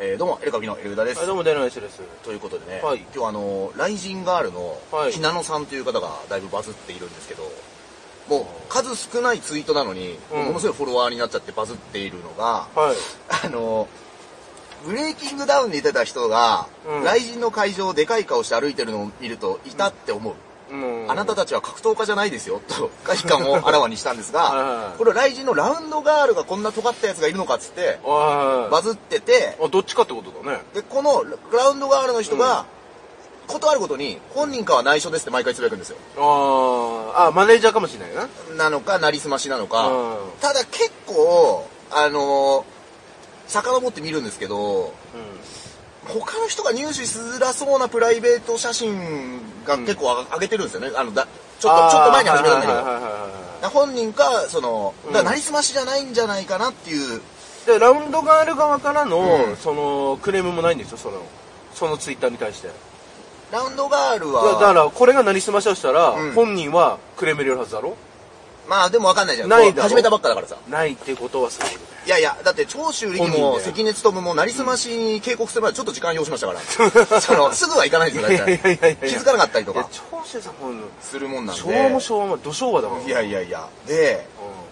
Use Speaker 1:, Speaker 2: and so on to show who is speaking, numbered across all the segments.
Speaker 1: えーどうも、エルカビのエルグダです
Speaker 2: はい、。どうも、デノエシです。
Speaker 1: ということでね、
Speaker 2: はい
Speaker 1: 今日あの、ライジンガールの
Speaker 2: はい
Speaker 1: ひなのさんという方がだいぶバズっているんですけど、もう数少ないツイートなのに、
Speaker 2: うん
Speaker 1: ものすごいフォロワーになっちゃってバズっているのが、
Speaker 2: はい。
Speaker 1: あの、ブレイキングダウンに出た人が、
Speaker 2: うん
Speaker 1: ライジンの会場をでかい顔して歩いてるのを見ると、いたって思う。
Speaker 2: うん
Speaker 1: あなたたちは格闘家じゃないですよ、 と、危機感をあらわにしたんです
Speaker 2: はいは
Speaker 1: が
Speaker 2: い、
Speaker 1: これライジンのラウンドガールがこんな尖ったやつがいるのかっつって、
Speaker 2: は
Speaker 1: バズってて、
Speaker 2: い。あ、どっちかってことだね。
Speaker 1: で、このラウンドガールの人が、ことあるごとに、本人かは内緒ですって毎回つぶやくんですよ。
Speaker 2: ああ、あ、マネージャーかもしれないな。
Speaker 1: なのか、なりすましなのか。
Speaker 2: あ
Speaker 1: ただ結構、あのー、遡って見るんですけど、
Speaker 2: う
Speaker 1: 他の人が入手しづらそうなプライベート写真が結構あ上げてるんですよね。あの、だちょっと、ちょっと前に始めたんだけど。だか
Speaker 2: け
Speaker 1: ら本人か、その、だから
Speaker 2: うん
Speaker 1: なりすましじゃないんじゃないかなっていう、
Speaker 2: ど。で、ラウンドガール側から
Speaker 1: うん
Speaker 2: の、その、クレームもないんですよ、その、そのツイッターに対して。だ
Speaker 1: ラウンドガール
Speaker 2: だ
Speaker 1: は、
Speaker 2: から、これがなりすましだとしたら
Speaker 1: うん、
Speaker 2: 本人はクレーム入れるはずだろ
Speaker 1: まあでもわかんないじゃん。
Speaker 2: ないだろ
Speaker 1: こう始めたばっかだからさ。
Speaker 2: ないってことはそういうこと
Speaker 1: いやいや、だって長州力も
Speaker 2: 本人で
Speaker 1: 関根勤もなりすましに警告するまでちょっと時間要しました から。その、すぐはいかないですよ、
Speaker 2: い
Speaker 1: 大
Speaker 2: やいやい
Speaker 1: 体。
Speaker 2: やいや
Speaker 1: 気づかなかったりと
Speaker 2: いや
Speaker 1: か、
Speaker 2: 長州さんも、
Speaker 1: するもんなんで。
Speaker 2: 昭和も昭和も、ど昭和だから。
Speaker 1: いやいやいや。で、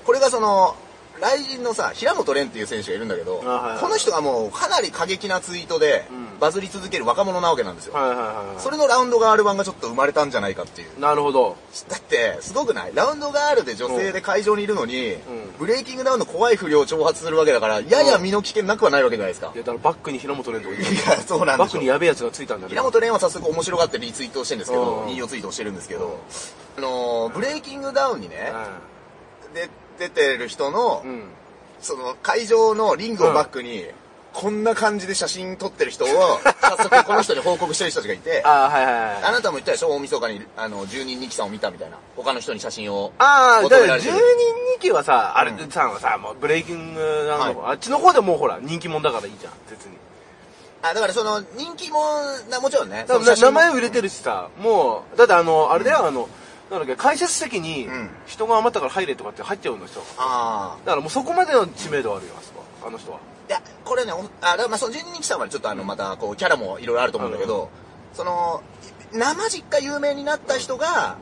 Speaker 1: これがその、来人のさ、平本蓮っていう選手がいるんだけど、
Speaker 2: あはいはい
Speaker 1: この人がもうかなり過激なツイートで、
Speaker 2: うん
Speaker 1: バズり続ける若者なわけなんです
Speaker 2: うん
Speaker 1: よ。
Speaker 2: はいはいはいはい。
Speaker 1: それのラウンドガール版がちょっと生まれたんじゃないかっていう。
Speaker 2: なるほど。
Speaker 1: だって、すごくないラウンドガールで女性で会場にいるのに、
Speaker 2: ん
Speaker 1: ブレイキングダウンの怖い不良を挑発するわけだから、やや身の危険なくはないわけじゃないですか
Speaker 2: い。や、だからバックに平本蓮と置いてある
Speaker 1: いや、そうなん
Speaker 2: バ
Speaker 1: で
Speaker 2: ッ
Speaker 1: す
Speaker 2: クに
Speaker 1: よ。
Speaker 2: やべえやつがついたんだね。
Speaker 1: 平本蓮は早速面白がってリツイートしてるんですけど
Speaker 2: う、ん
Speaker 1: 引用ツイートしてるんですけど、あのー、ブレイキングダウンにね、で、出てる人の
Speaker 2: う、ん。うん。
Speaker 1: その会場のリングをバックに、こんな感じで写真撮ってる人を、早速この人に報告してる人たちがいて、
Speaker 2: ああ、はいはいはい。
Speaker 1: あなたも言ったでしょ大晦日に、あの、住人二木さんを見たみたいな。他の人に写真を。
Speaker 2: ああ、
Speaker 1: 求
Speaker 2: だ
Speaker 1: め
Speaker 2: からら
Speaker 1: れて
Speaker 2: 住
Speaker 1: る
Speaker 2: 人2期はさ、あれ
Speaker 1: うん
Speaker 2: さんはさ、もうブレイキングなの、
Speaker 1: は
Speaker 2: あっちの方でもうほら、人気者だからいいじゃん、別に。
Speaker 1: あ、だからその、人気も、なもちろんね。
Speaker 2: 多分
Speaker 1: その写
Speaker 2: な
Speaker 1: 真
Speaker 2: 名前売れてるしさ、もう、だってあの、あれだよ、あの、なんだっけ、解説席に
Speaker 1: うん
Speaker 2: 人が余ったから入れとかって入っちゃうの人。だ
Speaker 1: ああ。
Speaker 2: からもうそこまでの知名度あるよ、あそこはあの人は。
Speaker 1: いや、これね、おあ、だからまあその住人二木さんはちょっとあの、また、こう、キャラもいろいろあると思うんだけど、その、生実家有名になった人が、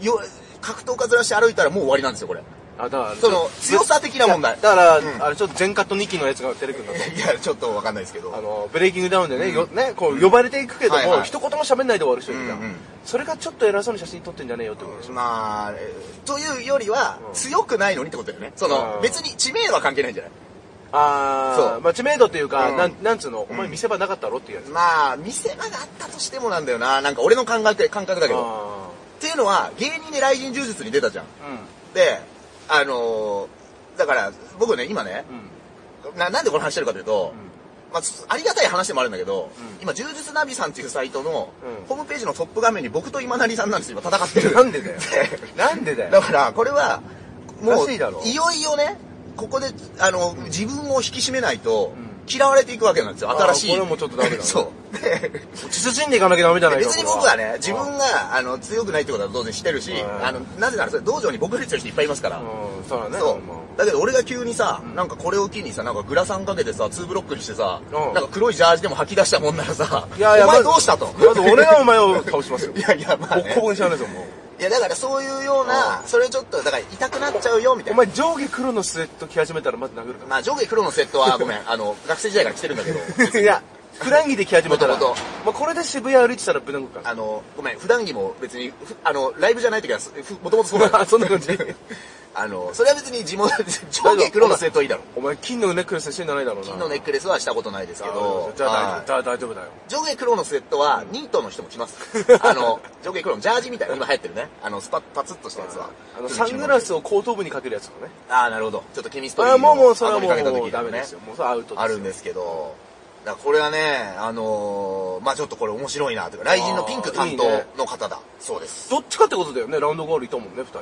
Speaker 1: よ格闘家ずらして歩いたらもう終わりなんですよ、これ。
Speaker 2: あ、だから、
Speaker 1: その、強さ的な問題。
Speaker 2: いやだから、
Speaker 1: うん
Speaker 2: あれちょっと全カット2期のやつが出てくるんだと。
Speaker 1: いや、ちょっとわかんないですけど。
Speaker 2: あの、ブレイキングダウンでね、
Speaker 1: うん
Speaker 2: よね、こう、呼ばれていくけども、
Speaker 1: はいはい
Speaker 2: 一言も喋んないで終わる人いるじゃん,、
Speaker 1: うんうん
Speaker 2: それがちょっと偉そうに写真撮ってんじゃねえよってことでしょ。
Speaker 1: まあ、えーというよりは、
Speaker 2: うん
Speaker 1: 強くないのにってことだよね。その、
Speaker 2: うん
Speaker 1: 別に知名度は関係ないんじゃない
Speaker 2: あー、
Speaker 1: そう
Speaker 2: まあ、知名度というか、
Speaker 1: うん
Speaker 2: なん、なんつうの、お
Speaker 1: う
Speaker 2: 前
Speaker 1: ん
Speaker 2: 見せ場なかったろっていうやつ。
Speaker 1: まあ、店場があったとしてもなんだよな。なんか俺の考えて、感覚だけど。
Speaker 2: あ
Speaker 1: っていうのは、芸人で雷神柔術に出たじゃん。
Speaker 2: ー
Speaker 1: で、あのーだから、僕ね、今ね
Speaker 2: う、ん。うん。
Speaker 1: な、なんでこの話してるかというと、まあ、つありがたい話でもあるんだけど、
Speaker 2: うん
Speaker 1: 今、柔術ナビさんっていうサイトの、
Speaker 2: うん
Speaker 1: ホームページのトップ画面に僕と今成さんなんですよ、今戦ってる。
Speaker 2: なん でだよなんでだ
Speaker 1: だ
Speaker 2: よ。
Speaker 1: から、これは、も
Speaker 2: らしいだろ
Speaker 1: う、いよいよね、ここで、あの、自分を引き締めないと
Speaker 2: う、
Speaker 1: 嫌われていくわけなんですよ、
Speaker 2: あー
Speaker 1: 新しい。
Speaker 2: これもちょっとダメだね
Speaker 1: そう。で、
Speaker 2: 慎んでいかなきゃダメじゃないか。
Speaker 1: 別に
Speaker 2: これ
Speaker 1: 僕はね、自分が、あの、強くないってことは当然してるし、
Speaker 2: うん
Speaker 1: あの、なぜならそれ、道場に僕より強い人いっぱいいますから。
Speaker 2: うん、そうだね。
Speaker 1: そ
Speaker 2: まあ
Speaker 1: う。だけど俺が急にさ、
Speaker 2: ん
Speaker 1: なんかこれを機にさ、なんかグラサンかけてさ、ツーブロックにしてさ、
Speaker 2: うん
Speaker 1: なんか黒いジャージでも吐き出したもんならさ、
Speaker 2: いやいや
Speaker 1: お前
Speaker 2: まず
Speaker 1: どうしたと。
Speaker 2: まず
Speaker 1: 。
Speaker 2: 俺がお前を倒しますよ
Speaker 1: いやいや、まあ、
Speaker 2: ボッコボ
Speaker 1: ね。
Speaker 2: コにしちゃうねぞ、もう。
Speaker 1: いや、だからそういうような、それちょっと、だから痛くなっちゃうよ、みたい
Speaker 2: お
Speaker 1: な。
Speaker 2: 前上下黒のスウェット着始めたらまず殴るか
Speaker 1: まあ上下黒のセットはごめん、あの、学生時代から着てるん だけど、
Speaker 2: ら。いや、普段着で着始めたら、
Speaker 1: もとも
Speaker 2: ま
Speaker 1: と
Speaker 2: あ、これで渋谷歩いてたらぶん殴るから。
Speaker 1: あの、ごめん、普段着も別に、ふあの、ライブじゃない時は、ふもともとそうだ
Speaker 2: あ そんな感じ。
Speaker 1: あの、それは別に地元で、上下黒のセットはいいだろ。
Speaker 2: お前、金のネックレスしてんじゃないだろうな。
Speaker 1: 金のネックレスはしたことないですけど
Speaker 2: あ、じゃあ
Speaker 1: はい
Speaker 2: 大丈夫、だ大丈夫だよ。
Speaker 1: 上下黒のスウェットは、ニートの人も着 ます。あの、上下黒のジャージみたいな、今流行ってるね。あの、スパッ、パツッとしたやつは。
Speaker 2: あの、サングラ
Speaker 1: ス。
Speaker 2: スを後頭部にかけるやつとかね。
Speaker 1: ああ、なるほど。ちょっとケミストリーの
Speaker 2: あ、もう、もう、それは
Speaker 1: 後
Speaker 2: も
Speaker 1: にかけた
Speaker 2: う、も
Speaker 1: 時
Speaker 2: うダメ
Speaker 1: の
Speaker 2: で
Speaker 1: ね
Speaker 2: すよ。もう、それアウトですよ。
Speaker 1: あるんですけど、だからこれはね、あのー、まあちょっとこれ面白いな、というか、雷神のピンク担当の方だ。そうです。
Speaker 2: どっちかってことだよね、ラウンドゴールいたもんね、二人。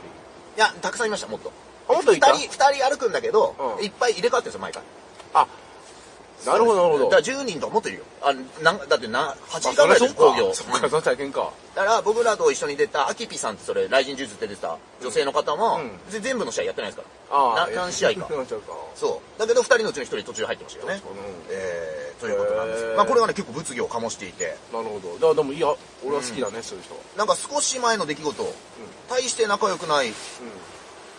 Speaker 1: いや、たくさんいました、もっと。
Speaker 2: あ、もっと
Speaker 1: 二
Speaker 2: いた
Speaker 1: 人、二人歩くんだけど、
Speaker 2: うん
Speaker 1: いっぱい入れ替わってるんですよ、毎回。
Speaker 2: あ、なるほど、なるほど。
Speaker 1: だから10人とかもっといるよ。あなんだってな、8時
Speaker 2: あ
Speaker 1: 間
Speaker 2: そ
Speaker 1: ぐらい
Speaker 2: りゃそ
Speaker 1: で
Speaker 2: う
Speaker 1: す工業。
Speaker 2: か。そっか、そっか、大変か。
Speaker 1: だから僕らと一緒に出たアキピさんってそれ雷神術って出てた女性の方も、
Speaker 2: うん
Speaker 1: ぜ全部の試合やってないですから
Speaker 2: あ
Speaker 1: な何試合か
Speaker 2: 何試合か。
Speaker 1: そうだけど2人のうちの1人途中入ってましたよね
Speaker 2: そうか
Speaker 1: えー、ということなんです
Speaker 2: へー
Speaker 1: まあ、これがね結構物議を醸していて
Speaker 2: なるほど。だからでも、いや、俺は好きだね、そういう人は。
Speaker 1: なんか少し前の出来事、大して仲良くない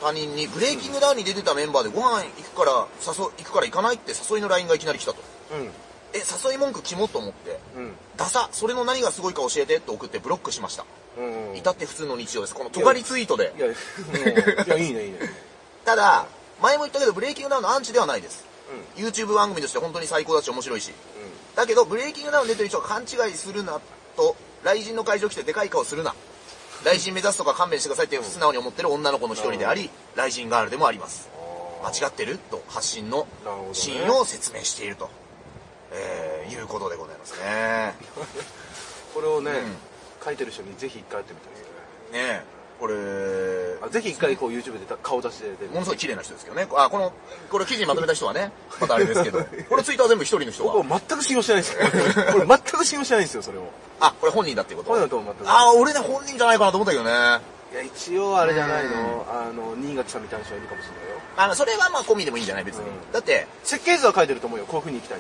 Speaker 1: 他人にブレイキングダウンに出てたメンバーでご飯行くから誘行くから行かないって誘いの LINE がいきなり来たと
Speaker 2: うん。
Speaker 1: え誘い文句キモと思って
Speaker 2: うん。
Speaker 1: ダサそれの何がすごいか教えてって送ってブロックしました
Speaker 2: うん。うん。
Speaker 1: 至って普通の日常ですこの尖りツイートで
Speaker 2: いや、 うんいや、いいね、いいね。
Speaker 1: ただ前も言ったけどブレイキングダウンのアンチではないです YouTube 番組として本当に最高だし面白いしだけどブレイキングダウン出てる人は勘違いするなと雷神の会場来てでかい顔するな雷神目指すとか勘弁してくださいって素直に思ってる女の子の一人であり雷神ガールでもあります
Speaker 2: うん。
Speaker 1: 間違ってると発信の
Speaker 2: なるほどね
Speaker 1: シーンを説明していると、えーいうことでございますね。
Speaker 2: これをね、
Speaker 1: うん
Speaker 2: 書いてる人にぜひ一回やってみたいですね。
Speaker 1: ねえこれ、
Speaker 2: あぜひ一回こう YouTube でた顔出して出て
Speaker 1: ものすごい綺麗な人ですけどね。あ、この、これ記事にまとめた人はね、またあれです けど、これツイッター全部一人の人
Speaker 2: 僕
Speaker 1: が、
Speaker 2: は全く信用してないで すよ。俺全く信用してないんですよ、それを。
Speaker 1: あ、これ本人だっていうこ
Speaker 2: こういうの
Speaker 1: と
Speaker 2: と思った
Speaker 1: あー、俺ね、本人じゃないかなと思ったけどね。
Speaker 2: いや、一応あれじゃない
Speaker 1: うん
Speaker 2: の。あの、新垣さんみたいな人がいるかもしれないよ。
Speaker 1: あそれはまあ込みでもいいんじゃない別に。
Speaker 2: うん
Speaker 1: だって、
Speaker 2: 設計図は書いてると思うよ。こういう風に行きたい。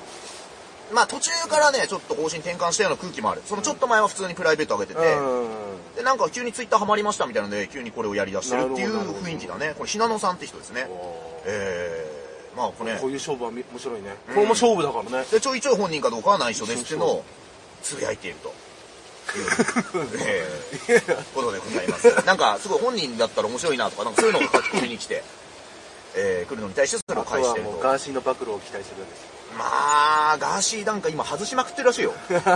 Speaker 1: まあ途中からね、ちょっと方針転換したような空気もある。そのちょっと前は普通にプライベート上げてて、
Speaker 2: うん。
Speaker 1: で、なんか急にツイッターハマりましたみたいなので、急にこれをやり出してるっていう
Speaker 2: なるほど
Speaker 1: 雰囲気だね。これ、ひなのさんって人ですね。
Speaker 2: お
Speaker 1: えー、まあこれ、
Speaker 2: ーこう
Speaker 1: ね、
Speaker 2: いう勝負はみ面白いね。これも勝負だからね。
Speaker 1: で、ちょいちょい本人かどうかは内緒ですけ
Speaker 2: そうそ
Speaker 1: ど、つぶやいている と。いうえー、ことでございます。なんか、すごい本人だったら面白いなとか、なんかそういうのが書き込みに来て、えー、来るのに対してそれ
Speaker 2: あ
Speaker 1: を
Speaker 2: と
Speaker 1: 返し
Speaker 2: は
Speaker 1: てる
Speaker 2: も
Speaker 1: と
Speaker 2: う。ガーシーの暴露を期待してるんですよ。
Speaker 1: まあ、ガーシーなんか今外しまくってるらし いよ。だか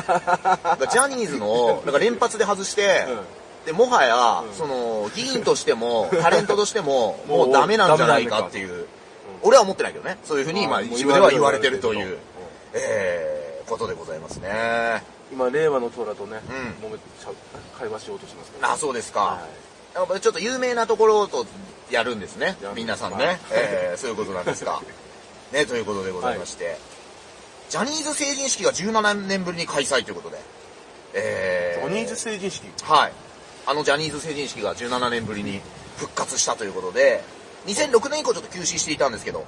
Speaker 1: らジャニーズの、なんか連発で外して、で、もはや、その、議員としても、 タレントとしても、
Speaker 2: も
Speaker 1: も
Speaker 2: う
Speaker 1: うダメなんじゃないかっていう、俺は思ってないけどね。そういうふうに今、
Speaker 2: あーもう
Speaker 1: 一部では言われてるとい
Speaker 2: 言われ
Speaker 1: う
Speaker 2: てる、
Speaker 1: えー、ことでございますね。
Speaker 2: 今、令和の虎とね、
Speaker 1: う
Speaker 2: 揉めちゃう会話しようとしてますけど。
Speaker 1: あ、そうですか。
Speaker 2: は
Speaker 1: やっぱちょっと有名なところとやるんですね
Speaker 2: やる。
Speaker 1: 皆さん
Speaker 2: は
Speaker 1: ね
Speaker 2: い。
Speaker 1: えーそういうことなんです が。ね、ということでございまして。ジャニーズ成人式が17年ぶりに開催ということで。え
Speaker 2: い。
Speaker 1: ー
Speaker 2: ジャニーズ成人式。
Speaker 1: はい。あのジャニーズ成人式が17年ぶりに復活したということで、2006年以降ちょっと休止していたんですけど、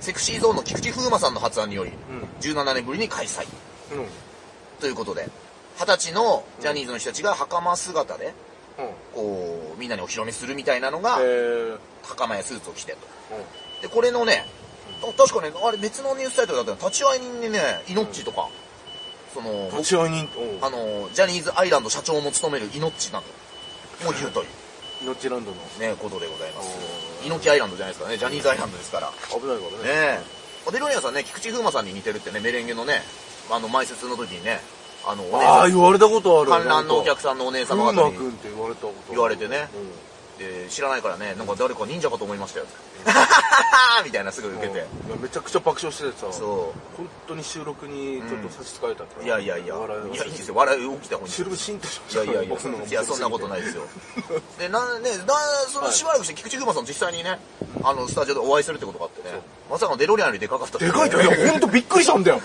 Speaker 1: セクシーゾーンの菊池風磨さんの発案により、17年ぶりに開催
Speaker 2: うん。うん。
Speaker 1: ということで、20歳のジャニーズの人たちが袴姿で、
Speaker 2: うん。
Speaker 1: こう、みんなにお披露目するみたいなのが、
Speaker 2: えー
Speaker 1: 袴やスーツを着てと。
Speaker 2: うん
Speaker 1: で、これのね、た確かね、あれ別のニュースサイトだったら、立ち会い人にね、イノッチとか、その、
Speaker 2: 立ち会い人、
Speaker 1: あの、ジャニーズアイランド社長も務めるイノッチなどもいるとい
Speaker 2: 命ランドの
Speaker 1: う、ね、ことでございます。イノッチアイランドじゃないですからね、ジャニーズアイランドですから。ね
Speaker 2: 危ないから
Speaker 1: え。
Speaker 2: ね。
Speaker 1: デロニアさんね、菊池風磨さんに似てるってね、メレンゲのね、あの、前説の時にね、あの、お姉
Speaker 2: あ
Speaker 1: さ
Speaker 2: あ、
Speaker 1: ん、
Speaker 2: 言われたことある。
Speaker 1: 観覧のお客
Speaker 2: さ
Speaker 1: さんのお姉
Speaker 2: ん
Speaker 1: 様
Speaker 2: 風
Speaker 1: 方
Speaker 2: 磨
Speaker 1: に
Speaker 2: 君って言われたことある
Speaker 1: 言われてね
Speaker 2: うん
Speaker 1: で知らないからね、なんか誰か忍者かと思いま したよ。みたいなすぐ受けて。
Speaker 2: うんいやめちゃくちゃ爆笑しててさ
Speaker 1: そ
Speaker 2: 本当に収録にちょっと差し支えたって、
Speaker 1: う。いやいやいや、
Speaker 2: 笑
Speaker 1: い
Speaker 2: い
Speaker 1: や、いいですよ。笑い起きた方
Speaker 2: 収
Speaker 1: に。
Speaker 2: 録シーンとしま
Speaker 1: いやいやいや、
Speaker 2: 僕の
Speaker 1: いや、そんなことないい ですよ。で、な、ね、な、その
Speaker 2: はい
Speaker 1: しばらくして菊池風磨さん実際にね、あの、スタジオでお会いするってことがあってね、まさかのデロリアンよりでかかったって
Speaker 2: でかいっていや本当びっくりしたんだよ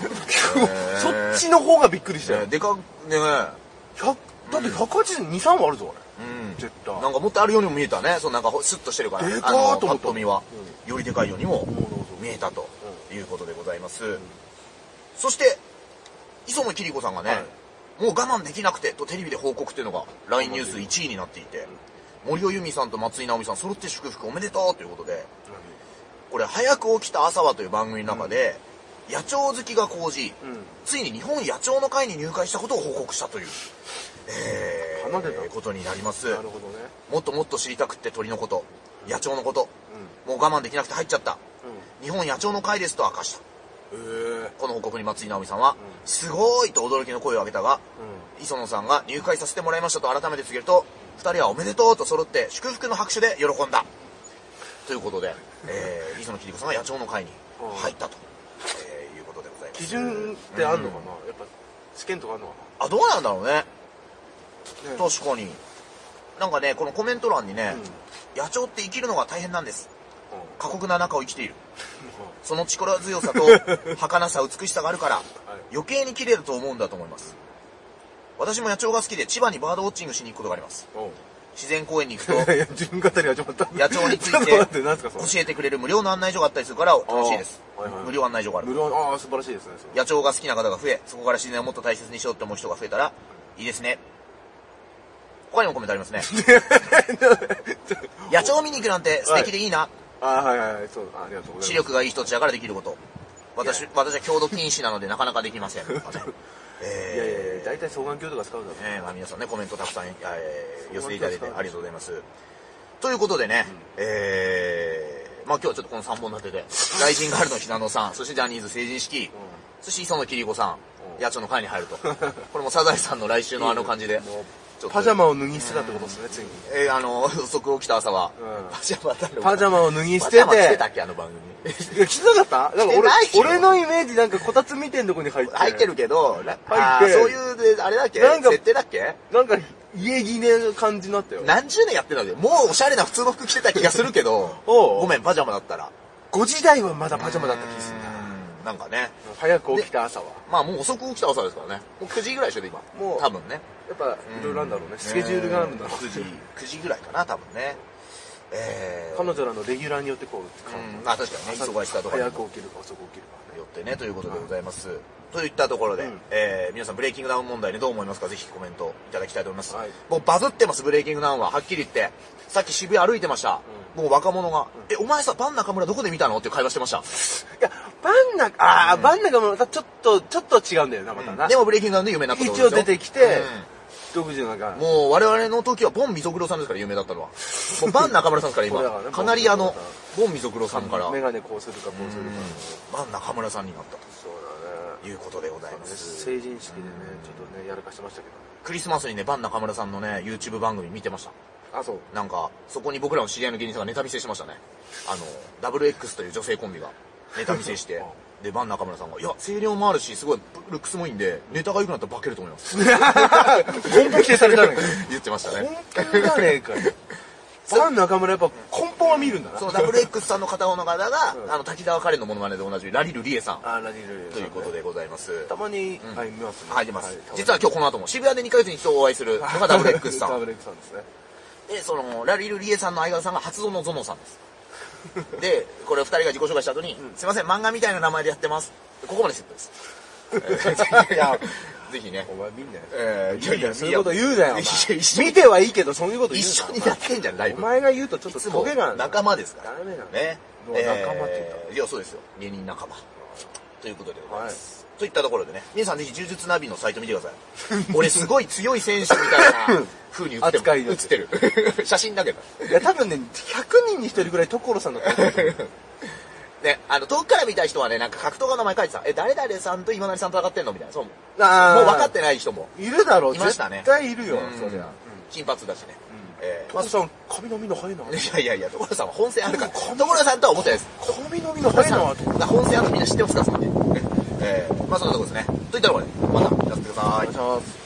Speaker 2: そっちの方がびっくりした
Speaker 1: ね
Speaker 2: よ
Speaker 1: でか、ね
Speaker 2: 100だって1823はあるぞあれ、
Speaker 1: うん
Speaker 2: 絶対
Speaker 1: なんかもっとあるようにも見えたね。そのなんかほスッとしてるから、
Speaker 2: でか
Speaker 1: あ
Speaker 2: ー
Speaker 1: の、
Speaker 2: と
Speaker 1: パ
Speaker 2: 思
Speaker 1: ッ
Speaker 2: った
Speaker 1: と見は、
Speaker 2: う
Speaker 1: よりでかいようにも
Speaker 2: そうそうそう
Speaker 1: 見えたということでございます。
Speaker 2: ん
Speaker 1: そして、磯野桐子さんがね、
Speaker 2: はい
Speaker 1: もう我慢できなくてとテレビで報告っていうのが LINE ニュース1位になっていて、森尾由美さんと松井直美さん揃って祝福おめでとうということで、これ、早く起きた朝はという番組の中で、野鳥好きが講じ、
Speaker 2: うん
Speaker 1: ついに日本野鳥の会に入会したことを報告したという、えー
Speaker 2: 花出た
Speaker 1: ことになります。
Speaker 2: なるほどね
Speaker 1: もっともっと知りたくって鳥のこと、野鳥のこと、もう我慢できなくて入っちゃった。日本野鳥の会ですと明かした。
Speaker 2: うんうんへえ
Speaker 1: この報告に松井直美さんは、すごいと驚きの声を上げたが、磯野さんが入会させてもらいましたと改めて告げると、二人はおめでとうと揃って祝福の拍手で喜んだ。ということで、えー、磯野桐子さんが野鳥の会に入ったと、えーいうことでございます。
Speaker 2: 基準ってあんのかな、やっぱ試験とかあんのか
Speaker 1: あ、どうなんだろうね。
Speaker 2: な、ね
Speaker 1: 確かに。なんかね、このコメント欄にね、野鳥って生きるのが大変なんです。
Speaker 2: うん
Speaker 1: 過酷な中を生きている。
Speaker 2: うん
Speaker 1: その力強さと 儚さ、美しさがあるから、余計に綺麗だと思うんだと思います。私も野鳥が好きで千葉にバードウォッチングしに行くことがあります。
Speaker 2: うん
Speaker 1: 自然公園に行くと、
Speaker 2: いや自分語り始まった。
Speaker 1: 野鳥につ
Speaker 2: ちょっと待
Speaker 1: い
Speaker 2: ってて、なんですか、それ。
Speaker 1: 教えてくれる無料の案内所があったりするから楽しいです
Speaker 2: あーはいはい。
Speaker 1: 無料案内所がある
Speaker 2: 無。料、ああ、素晴らしいですね。それ
Speaker 1: 野鳥が好きな方が増え、そこから自然をもっと大切にしようって思う人が増えたら、いいですね。他にもコメントあり ますね。野鳥見に行くなんて素敵でいいな。
Speaker 2: ああ、はいはいはい、そう、あありがとうござ
Speaker 1: 視
Speaker 2: います。
Speaker 1: 力がいい人たちだからできること。私、私は強度禁止なのでなかなかできません。とか ね
Speaker 2: いやいや
Speaker 1: え
Speaker 2: いや、大体双眼鏡とか使うだろう。
Speaker 1: ーえーまあ、皆さんね、コメントたくさん、えー寄せていただいてありがとうございます。ということでね、えー、まあ今日はちょっとこの3本立て で、ライジンガールのひなのさん、そしてジャニーズ成人式、そして磯野桐子さ
Speaker 2: う
Speaker 1: ん、
Speaker 2: ん
Speaker 1: 野鳥の会に入ると。 これもサザエさんの来週のあの感じで、
Speaker 2: もう
Speaker 1: ちょっと
Speaker 2: パジャマを脱ぎ捨てたってことですね、ついに。
Speaker 1: えー、あの、遅く起きた朝は、
Speaker 2: うん
Speaker 1: パジャマだろう
Speaker 2: パジャマを脱ぎ捨
Speaker 1: パ
Speaker 2: て
Speaker 1: ジ
Speaker 2: て
Speaker 1: ャマ着てたっけ、あの番組。
Speaker 2: いや、着てなかったなんか
Speaker 1: 着てないよ
Speaker 2: 俺、俺のイメージなんかこたつ見てんとこに入ってる。
Speaker 1: 入ってるけど、なあ
Speaker 2: 入
Speaker 1: ー
Speaker 2: って
Speaker 1: そういうで、あれだっけ
Speaker 2: なんか
Speaker 1: 設定だっけ
Speaker 2: なんか、家着ねの感じになったよ。、
Speaker 1: 何十年やってたんだよ。もうおしゃれな普通の服着てた気がするけど
Speaker 2: おう
Speaker 1: ごめん、パジャマだったら。
Speaker 2: 5時台はまだパジャマだった気がするな。
Speaker 1: うんなんかね。
Speaker 2: 早く起きた朝は。
Speaker 1: まあもう遅く起きた朝ですからね。もう9時ぐらいでしょ、今。
Speaker 2: もう
Speaker 1: 多分ね。
Speaker 2: やっぱ、いろいろあるんだろうね。スケジュールがあるんだろう
Speaker 1: 9時、9時ぐらいかな、多分ね。えー。
Speaker 2: 彼女らのレギュラーによってこう、
Speaker 1: うん、あ、確かにね、
Speaker 2: 朝
Speaker 1: 忙しさとかに
Speaker 2: 早く起きるか遅く起きるかね。
Speaker 1: よってね、ということでございます。といったところで、
Speaker 2: うん
Speaker 1: えー皆さんブレイキングダウン問題ね、どう思いますかぜひコメントいただきたいと思います。
Speaker 2: はい
Speaker 1: もうバズってます、ブレイキングダウンは。はっきり言って。さっき渋谷歩いてました。もう若者が、え、お前さ、バン中村どこで見たのっていう会話してました。
Speaker 2: いや、バンナカ、ああ、バンナカもまたちょっと、ちょっと違うんだよな、またな。
Speaker 1: でもブレイキングダウンで有名になったってことですよ
Speaker 2: 一応出てきて
Speaker 1: うん
Speaker 2: 独自のなんか、
Speaker 1: もう我々の時はボン・ミゾクロさんですから有名だった のは。もうバン中村さんですから
Speaker 2: そうだから
Speaker 1: 今。
Speaker 2: ね
Speaker 1: かなりあの、ボン・ミゾクロさんから、
Speaker 2: メガネこうするかこうするか。
Speaker 1: バン中村さんになった
Speaker 2: そうだ
Speaker 1: ということでござい
Speaker 2: ね。
Speaker 1: ます。
Speaker 2: 成人式でね、ちょっとね、やらかしてましたけど
Speaker 1: クリスマスにね、バン中村さんのね、YouTube 番組見てました。
Speaker 2: ね。あ、そう。
Speaker 1: なんか、そこに僕らの知り合いの芸人さんがネタ見せしてましたね。あの、ダブル X という女性コンビがネタ見せ して、で、バン中村さんが、いや、声量もあるし、すごい、ルックスもいいんで、ネタが 良くなったら化けると思います。
Speaker 2: 根本否定されたの よ。
Speaker 1: 言ってました
Speaker 2: 根
Speaker 1: ね。
Speaker 2: 本じゃねえ かよ。バン中村やっぱ根本は見るんだな。
Speaker 1: そのダブル X さんの方の方が、
Speaker 2: うん
Speaker 1: あの、滝沢カレンのモノマネでおなじみ、ラリルリエさん、
Speaker 2: あ、ラジル
Speaker 1: ということでございます。
Speaker 2: たまに、
Speaker 1: ん
Speaker 2: はい、見ますね。
Speaker 1: はい、出ます。
Speaker 2: たまに
Speaker 1: 実は今日この後も渋谷で2ヶ月に一度お会いするのがダブル X さ
Speaker 2: ダ
Speaker 1: ん
Speaker 2: ブ。ル X さんですね。
Speaker 1: で、その、ラリルリエさんの相方さんが発動のゾノさんです。で、これ二人が自己紹介した後に、すいません、漫画みたいな名前でやってます。ここまでセットです。えー いやぜひね
Speaker 2: お。前見んなよ。
Speaker 1: えー
Speaker 2: いやいや、そういうこと言うなよ。お前
Speaker 1: 一緒一緒
Speaker 2: 見てはいいけど、そういうこと言う
Speaker 1: 一
Speaker 2: な
Speaker 1: 緒にやってんじゃん、ライ
Speaker 2: お
Speaker 1: ブ。
Speaker 2: 前が言うとちょっ
Speaker 1: い
Speaker 2: と
Speaker 1: つ
Speaker 2: ト
Speaker 1: も
Speaker 2: ゲがあるな
Speaker 1: 仲間ですから。
Speaker 2: ダメなんだ
Speaker 1: ね。
Speaker 2: もう仲間っていうか
Speaker 1: えーいや、そうですよ。芸人仲間。ということでございます。といったところでね、皆さんぜひ柔術ナビのサイト見てください。 俺すごい強い選手みたいな風に映って
Speaker 2: 扱
Speaker 1: る
Speaker 2: い。
Speaker 1: 映ってる。 写真だけど。
Speaker 2: いや、多分ね、100人に1人ぐらい所さんの顔だ と思う
Speaker 1: ね、あの、遠くから見たい人はね、なんか格闘家の名前書いてた。え、誰々さんと今成さんと戦ってんのみたいな。そう。もう
Speaker 2: あー
Speaker 1: 分かってない人も。
Speaker 2: いるだろう、
Speaker 1: いましたね
Speaker 2: 絶対いる
Speaker 1: う
Speaker 2: よ、
Speaker 1: ん
Speaker 2: そりゃ。
Speaker 1: 金髪だしね。えー
Speaker 2: 所さん、髪のみの早いな。
Speaker 1: いやいやいや、所さんは本戦あるから。所さんとは思ってないです。
Speaker 2: 髪のみの早いな。
Speaker 1: 所さんが本戦あるのみんな知ってますから、そんなねえー、まあそんなとこですね。といったところで、また、やってください
Speaker 2: お願いし。ます。